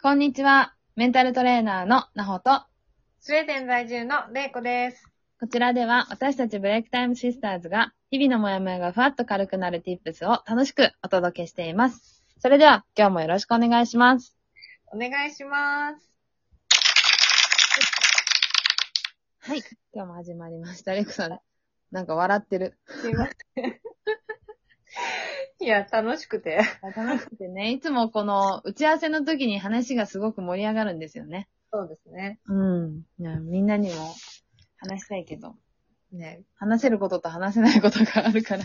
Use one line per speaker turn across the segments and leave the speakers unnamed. こんにちは。メンタルトレーナーのなほと、
スウェーデン在住のれいこです。
こちらでは私たちブレイクタイムシスターズが日々のモヤモヤがふわっと軽くなる tips を楽しくお届けしています。それでは今日もよろしくお願いします。
お願いします。
はい。今日も始まりました。レクさん、なんか笑ってる。
すいません。いや、楽しくて。
楽しくてね、いつもこの打ち合わせの時に話がすごく盛り上がるんですよね。
そうですね。
うん。いやみんなにも話したいけど、
ね。
話せることと話せないことがある から、
い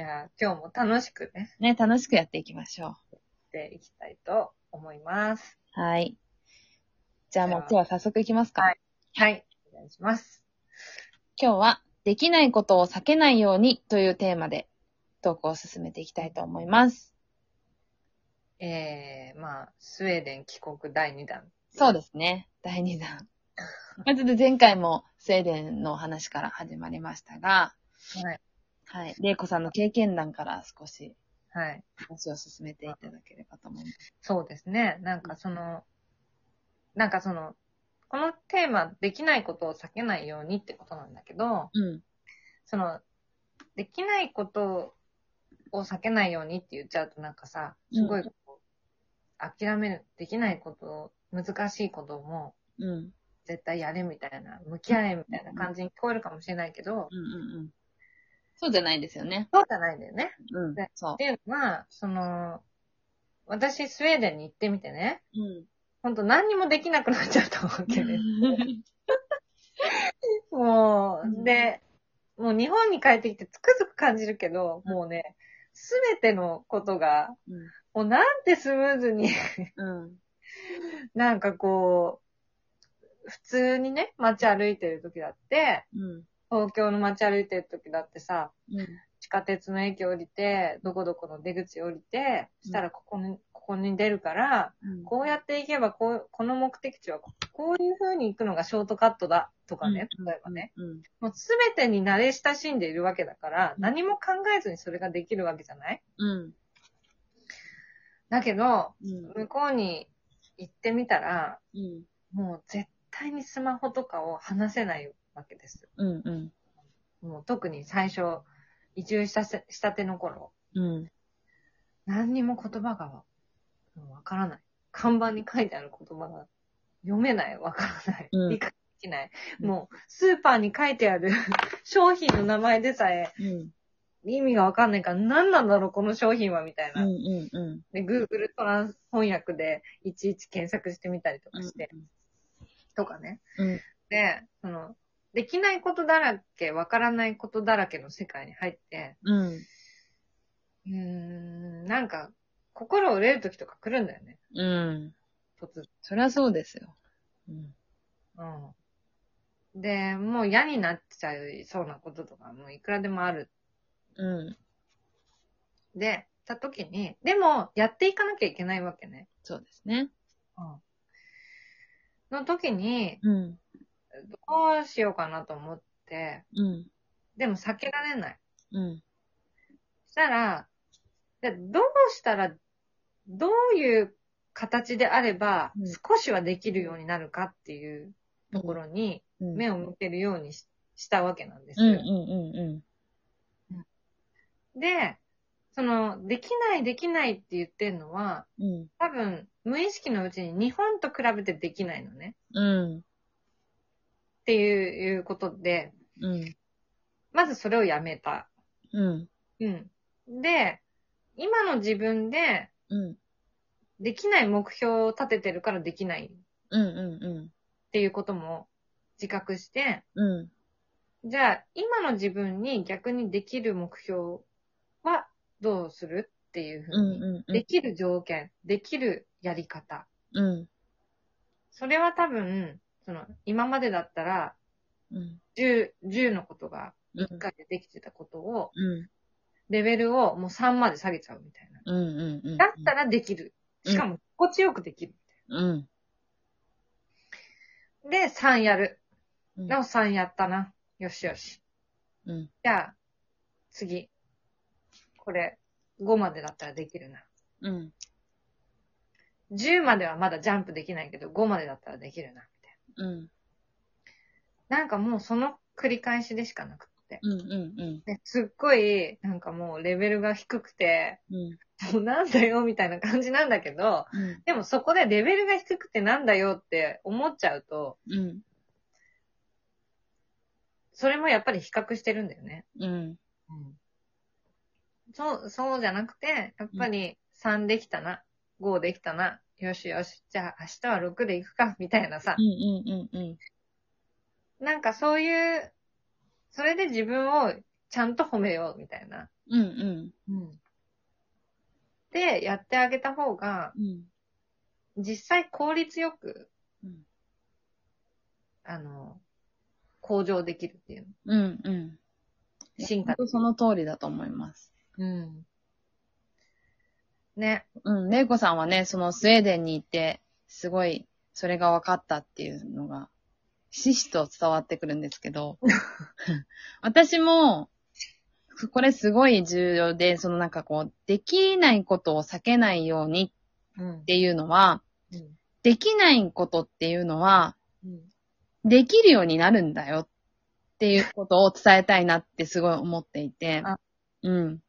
や、今日も楽しくね、
ね、楽しくやっていきましょ
していきたいと思います。
う。はい。じゃあもう今日は早速いきますか。
はいはい。お願いします。
今日は、できないことを避けないようにというテーマで、トークを進めていきたいと思います。
えー、まあ、スウェーデン帰国第2弾。
そうですね。第2弾。 まあちょっと前回もスウェーデンのお話から始まりましたが、
はい。
はい。玲子さんの経験談から少し
はい。
話を進めていただければと思います。
そうですね。なんかその、なんかその、このテーマ、できないことを避けないようにってことなんだけど、
うん。
その、できないことを避けないようにって言っちゃうとなんかさ、すごいこう、諦める、できないことを、難しいことも
うん。うん
絶対やれみたいな、向き合えみたいな感じに聞こえるかもしれないけど、
うんうん。そうじゃないですよね。
そうじゃないんだよね。
うん
ね。
そ
っていうのは、その、私スウェーデンに行ってみてね、
う。うん。
ほんと何にもできなくなっちゃったわけで。 も
うん
う、で、もう日本に帰ってきてつくづく感じるけど、もうね、すべてのことが、もうなんてスムーズに、
うん。
なんかこう、普通にね、街歩いてる時だって、
うん。
東京の街歩いてる時だってさ、
うん。
地下鉄の駅降りて、どこどこの出口降りて、したらここに、ここに出るから、
うん。
こうやって行けばこう、この目的地は、こういう風に行くのがショートカットだとかね、例えばね。
うん。
もうすべてに慣れ親しんでいるわけだから、何も考えずにそれができるわけじゃない
うん。
だけど、
うん。
向こうに行ってみたら、
うん。
もう絶対にスマホとかを離せないわけです。
うん。うん。
もう特に最初、移住したせしたての頃、
うん。
何にも言葉がわもうわからない。看板に書いてある言葉が読めない、わからない、
うん
理解できない。
うん
もう、スーパーに書いてある 商品の名前でさえ、
うん。
意味がわかんないから、何なんだろう、この商品は、みたいな。
うん。うん。
で、Google トランス翻訳でいちいち検索してみたりとかして、とかね。
うん
で、その、できないことだらけ、わからないことだらけの世界に入って、
うん。
うーん、なんか、心折れる時とか来るんだよね。
うん。
突然。
そりゃそうですよ。うん。
うん。で、もう嫌になっちゃいそうなこととか、もういくらでもある。
うん。
で、た時に、でも、やっていかなきゃいけないわけね。
そうですね。
うん。の時に、
うん。
どうしようかなと思って、
うん。
でも避けられない。
うん。
したら、じゃあどうしたら、どういう形であれば
うん、
少しはできるようになるかっていうところに
うん。
目を向けるようにししたわけなんです
うん。うん。
よ。
う
で、その、できないできないって言ってるのは、
ん。うん。
多分、無意識のうちに日本と比べてできないのね。
うん。
っていういうことで、
うん。
まずそれをやめた。
うん。
うん。で、今の自分で、
うん。
できない目標を立ててるからできないっ
うん。うん。
ていうことも自覚して、
うん。
じゃあ今の自分に逆にできる目標はどうするっていうふ
う
うに、
ん。
できる条件、できるやり方。
うん。
それは多分、その今までだったら
うん。
10、10のことが
うん。
1回でできてたことを、
うん。
レベルをもう3まで下げちゃうみたいな。
うん。うん。
だったらできる。しかも心地よくできる。
うん。
で、3やる。
うん。
なお3やったな。よしよし。
うん。
じゃあ、次。これ、5までだったらできるな。
うん。
10まではまだジャンプできないけど、5までだったらできるな、みたい
うん。
な。なんかもうその繰り返しでしかなくって。
うんうんうん。
ですっごい、なんかもうレベルが低くて、
うん。
もうなんだよ、みたいな感じなんだけど、
うん。
でもそこでレベルが低くてなんだよって思っちゃうと、
うん。
それもやっぱり比較してるんだよね。
うん。
そう、そうじゃなくて、やっぱり3できたな、5できたな、よしよし、じゃあ明日は6でいくか、みたいなさ
う、んうんうんうん。
なんかそういう、それで自分をちゃんと褒めよう、みたいな。
うんうん。
で、やってあげた方が、
うん。
実際効率よく、
うん
あの、向上できるっていう。
うんうん。
進化
ほんとその通りだと思います。
うん。ね。
うん。玲子さんはね、そのスウェーデンに行って、すごい、それが分かったっていうのが、ひしひしと伝わってくるんですけ ど、私も、これすごい重要で、そのなんかこう、できないことを避けないように
うん
っ。ていうのは、
うん
できないことっていうのは、
うん
できるようになるんだよっていうことを伝えたいなってすごい思っていて
あ、
うん。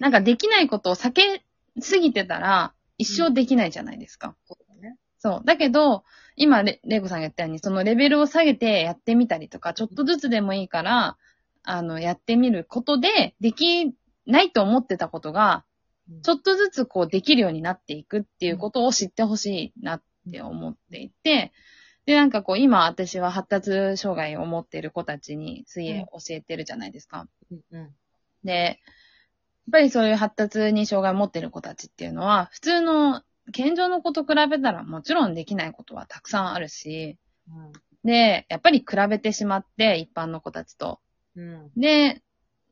なんかできないことを避けすぎてたら、一生できないじゃないですか。
そうだね。
そう。だけど、今レ、レイコさんが言ったように、そのレベルを下げてやってみたりとか、ちょっとずつでもいいから、あの、やってみることで、できないと思ってたことが、ち
ょっ
ょっとずつこうできるようになっていくっていうことを知ってほしいなって思っていて、で、なんかこう今私は発達障害を持っている子たちに水泳教えてるじゃないですか。
と、うん。
で、やっぱりそういう発達に障害を持っている子たちっていうのは、普通の健常の子と比べたらもちろんできないことはたくさんあるし、で、やっぱり比べてしまって一般の子たちと。
うん。
で、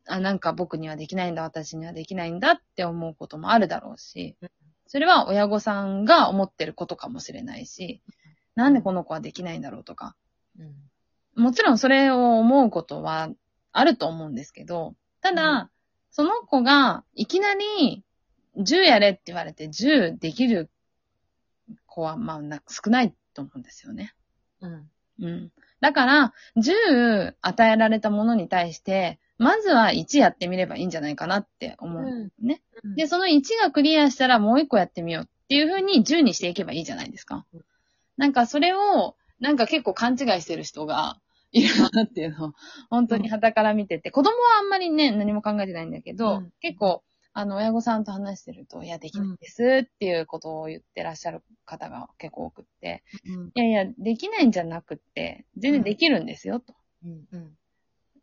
あ、なんか僕にはできないんだ、私にはできないんだって思うこともあるだろうし
うん、
それは親御さんが思ってることかもしれないし、なんでこの子はできないんだろうとか、
うん。
もちろんそれを思うことはあると思うんですけど、ただ、
う
その子がいきなり10やれって言われて10できる子はまあな少ないと思うんですよね。
うん。
うん。だから、10与えられたものに対して、まずは1やってみればいいんじゃないかなって思う。ね。で、
で、
その1がクリアしたらもう1個やってみようっていう風に10にしていけばいいじゃないですか
うん。
なんかそれを、なんか結構勘違いしてる人がいるなっていうのを、本当に傍から見てて、子供はあんまりね、何も考えてないんだけど、
うん
結構、あの、親御さんと話してると、いや、できないですっていうことを言ってらっしゃる方が結構多くって、
うん。
いやいや、できないんじゃなくって、全然できるんですよ、と。
うん。うん。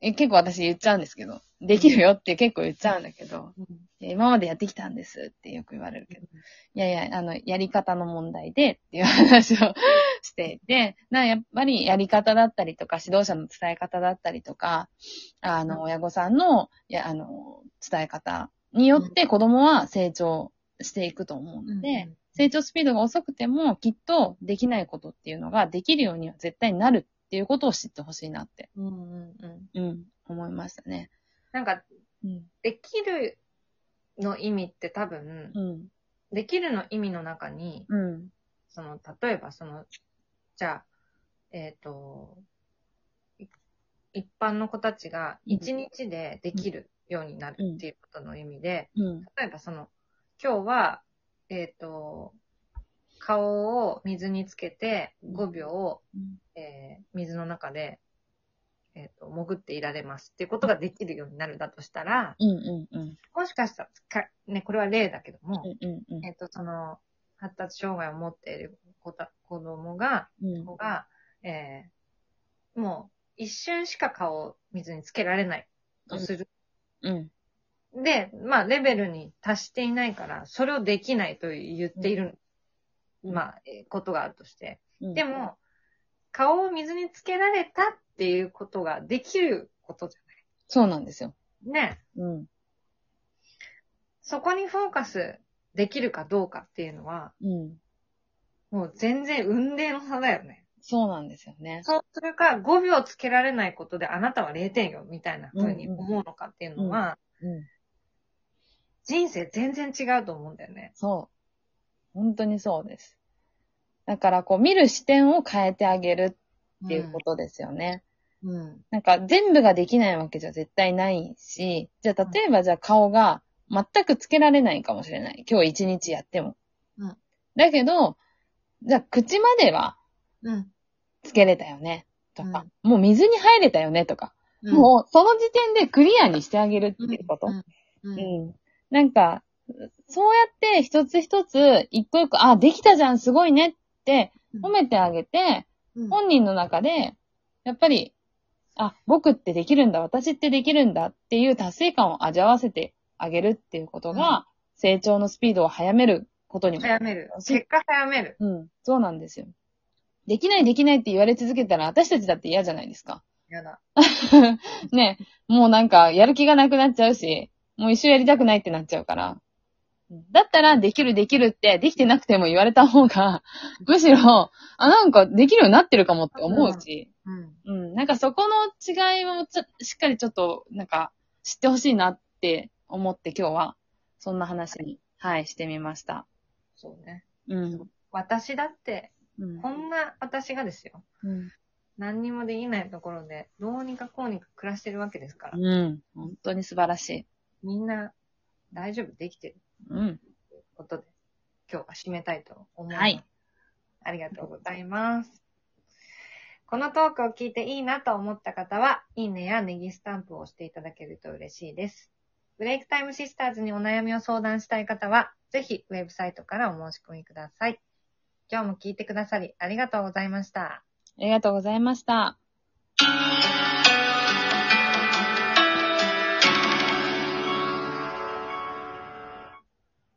え結構私言っちゃうんですけど、できるよって結構言っちゃうんだけど、いや今までやってきたんですってよく言われるけど、いやいや、あの、やり方の問題でっていう話をしていて、な、やっぱりやり方だったりとか、指導者の伝え方だったりとか、あ
うん
の、親御さんの、いや、あの、伝え方によって子供は成長していくと思うので、成長スピードが遅くても、きっとできないことっていうのができるようには絶対になるっていうことを知ってほしいなって、
うん。うん。うん。
うん、思いましたね。
なんか、
うん。
できるの意味って多分、
うん。
できるの意味の中に、
うん。
その、例えばその、じゃあ、えっと、い一般の子たちが一日でできるようになるっていうことの意味で、
うん。
例えばその、今日は、えっ、と、顔を水につけて5秒、えー水の中で、えっ、と、潜っていられますっていうことができるようになるだとしたら、
うん。うん。うん。
もしかしたらか、ね、これは例だけども、
うん。うん。
えっ、と、その、発達障害を持っている子た子供が、
うん。
子が、えーもう一瞬しか顔を水につけられないとする
うん。
で、まあ、レベルに達していないから、それをできないと言っている、
うん
まあ、えーことがあるとして。
うん。
でも、顔を水につけられたっていうことができることじ
そうなんですよ。
ゃない。ね。
うん。
そこにフォーカスできるかどうかっていうのは、
うん。
もう全然運命の差だよね。
そうなんですよね。
そうするか、5秒つけられないことであなたは0点よ、みたいな風に
うんうん
思うのかっていうのは、
うん。
人生全然違うと思うんだよね。
そ本当にそうです。だから、こう、見る視点を変えてあげるっていうことですよね。
うん。
なんか全部ができないわけじゃ絶対ないし、じゃあ例えばじゃあ顔が全くつけられないかもしれない。今日一日やっても。
うん
だけど、じゃあ口までは
うん。
つけれたよね。とか、もう水に入れたよね。とか、
うん
もうその時点でクリアにしてあげるっていうこと。
うん。うん
うん。なんか、そうやって一つ一つ、一個一個、あ、できたじゃん、すごいねって褒めてあげて、
うん
本人の中で、やっぱり、あ、僕ってできるんだ、私ってできるんだっていう達成感を味わわせてあげるっていうことが、
う
成長のスピードを早めることにも。
早める。結果早める。
うん、そうなんですよ。できないできないって言われ続けたら私たちだって嫌じゃないですか。
やだ。
ね、もうなんかやる気がなくなっちゃうし、もう一生やりたくないってなっちゃうから。だったら、できるできるって、できてなくても言われた方が、むしろ、あ、なんかできるようになってるかもって思うし、
うん。
うん、なんかそこの違いをちょしっかりちょっと、なんか知ってほしいなって思って今日は、そんな話に、はい、してみました。
そうね。
うん。
私だって、
うん
こんな私がですよ。
うん。
何にもできないところで、どうにかこうにか暮らしてるわけですから。
うん。本当に素晴らしい。
みんな、大丈夫できてる
うん。
ということで、今日は締めたいと思います。
はい
ありがとうございます。このトークを聞いていいなと思った方は、いいねやネギスタンプを押していただけると嬉しいです。ブレイクタイムシスターズにお悩みを相談したい方は、ぜひウェブサイトからお申し込みください。今日も聞いてくださりありがとうございました。
ありがとうございました。